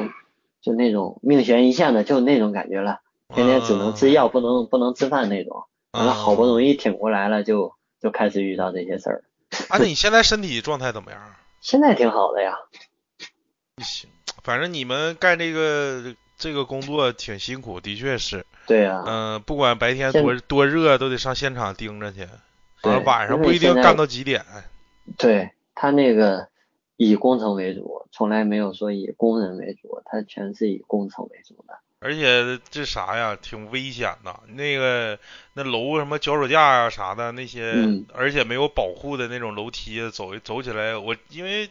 S1: 就那种命悬一线的就那种感觉了，天天只
S2: 嗯
S1: 能
S2: 啊
S1: 吃药不能不能吃饭那种。完了好不容
S2: 易。
S1: 易挺过来了，就就开始遇到这些事儿。
S2: 啊，那你现在身体状态怎么样？啊
S1: 现在挺好的呀，
S2: 行，反正你们干这个这个工作挺辛苦，的确是。
S1: 对啊呀、
S2: 嗯、不管白天
S1: 现
S2: 多多热，都得上现场盯着去。
S1: 对
S2: 完了晚上
S1: 因为
S2: 不一定
S1: 现在
S2: 干到几点。
S1: 对他那个以工程为主，从来没有说以工人为主，他全是以工程为主的。
S2: 而且这啥呀，挺危险的。那个那楼什么脚手架呀、啥的那些，
S1: 嗯
S2: 而且没有保护的那种楼梯，啊走走起来，我因为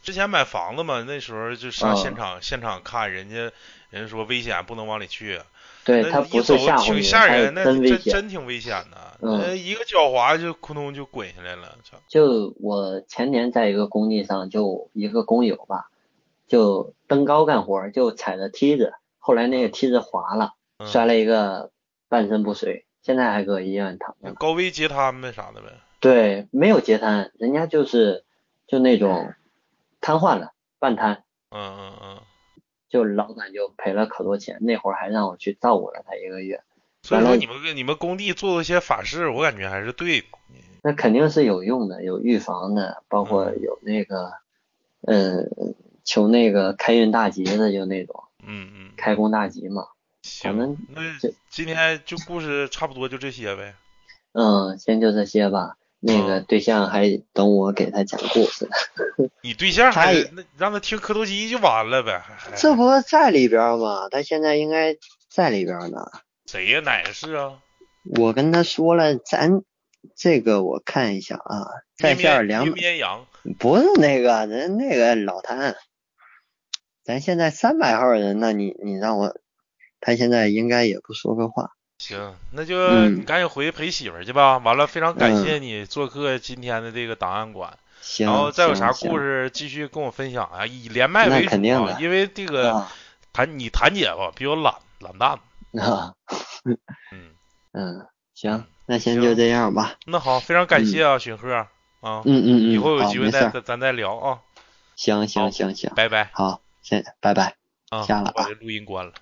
S2: 之前买房子嘛，那时候就上
S1: 啊
S2: 现场、现场看，人家人家说危险不能往里去，啊
S1: 对
S2: 那
S1: 他
S2: 一
S1: 不
S2: 走
S1: 是吓唬
S2: 挺
S1: 你，
S2: 吓
S1: 他
S2: 人，
S1: 是
S2: 那
S1: 真危
S2: 真
S1: 险。
S2: 真挺危险的。
S1: 嗯
S2: 那一个脚滑就咕咚就滚下来了，操！
S1: 就我前年在一个工地上，就一个工友吧，就登高干活，就踩着梯子，后来那个梯子滑了，
S2: 嗯
S1: 摔了一个半身不遂，现在还搁医院躺着呢。
S2: 高危截瘫呗啥的呗。
S1: 对，没有截瘫，人家就是就那种瘫痪了，半瘫，
S2: 嗯嗯嗯。
S1: 就老板就赔了可多钱，那会儿还让我去照顾了他一个月，
S2: 所
S1: 完
S2: 以说
S1: 了
S2: 你们你们工地做一些法事，我感觉还是对的。
S1: 那肯定是有用的，有预防的，包括有那个，嗯，求那个开运大吉的，就那种
S2: 嗯嗯。
S1: 开工大吉嘛。
S2: 行
S1: 咱们
S2: 那
S1: 这
S2: 今天就故事差不多就这些呗。
S1: 嗯，先就这些吧。那个对象还等我给他讲故事，
S2: 你对象
S1: 他
S2: 还
S1: 也
S2: 那让他听磕头机就完了呗？哎
S1: 这不在里边吗？他现在应该在里边呢。
S2: 谁呀？哪个是啊？
S1: 我跟他说了，咱这个我看一下啊，在线儿
S2: 绵
S1: 两
S2: 绵绵羊，
S1: 不是那个，人那个老谭，咱现在三百号人，那你你让我，他现在应该也不说个话。
S2: 行，那就
S1: 嗯
S2: 你赶紧回去陪媳妇儿去吧。完了，非常感谢你做客今天的这个档案馆，
S1: 行，
S2: 然后哦再有
S1: 行
S2: 啥
S1: 行
S2: 故事继续跟我分享啊，以连麦
S1: 那
S2: 为主
S1: 肯定
S2: 啊，
S1: 的
S2: 因为这个
S1: 啊
S2: 谭你谭姐吧比较懒懒蛋，
S1: 啊，
S2: 嗯，
S1: 嗯，行，那先就这样吧。
S2: 那好，非常感谢啊，雪鹤啊，
S1: 嗯嗯嗯，
S2: 以后有
S1: 好
S2: 机
S1: 没
S2: 会
S1: 事
S2: 再
S1: 儿
S2: 咱咱再聊啊，
S1: 行
S2: 好
S1: 行行行，
S2: 拜拜
S1: 好，先拜拜。
S2: 啊，
S1: 下了
S2: 我把
S1: 啊
S2: 这录音关了。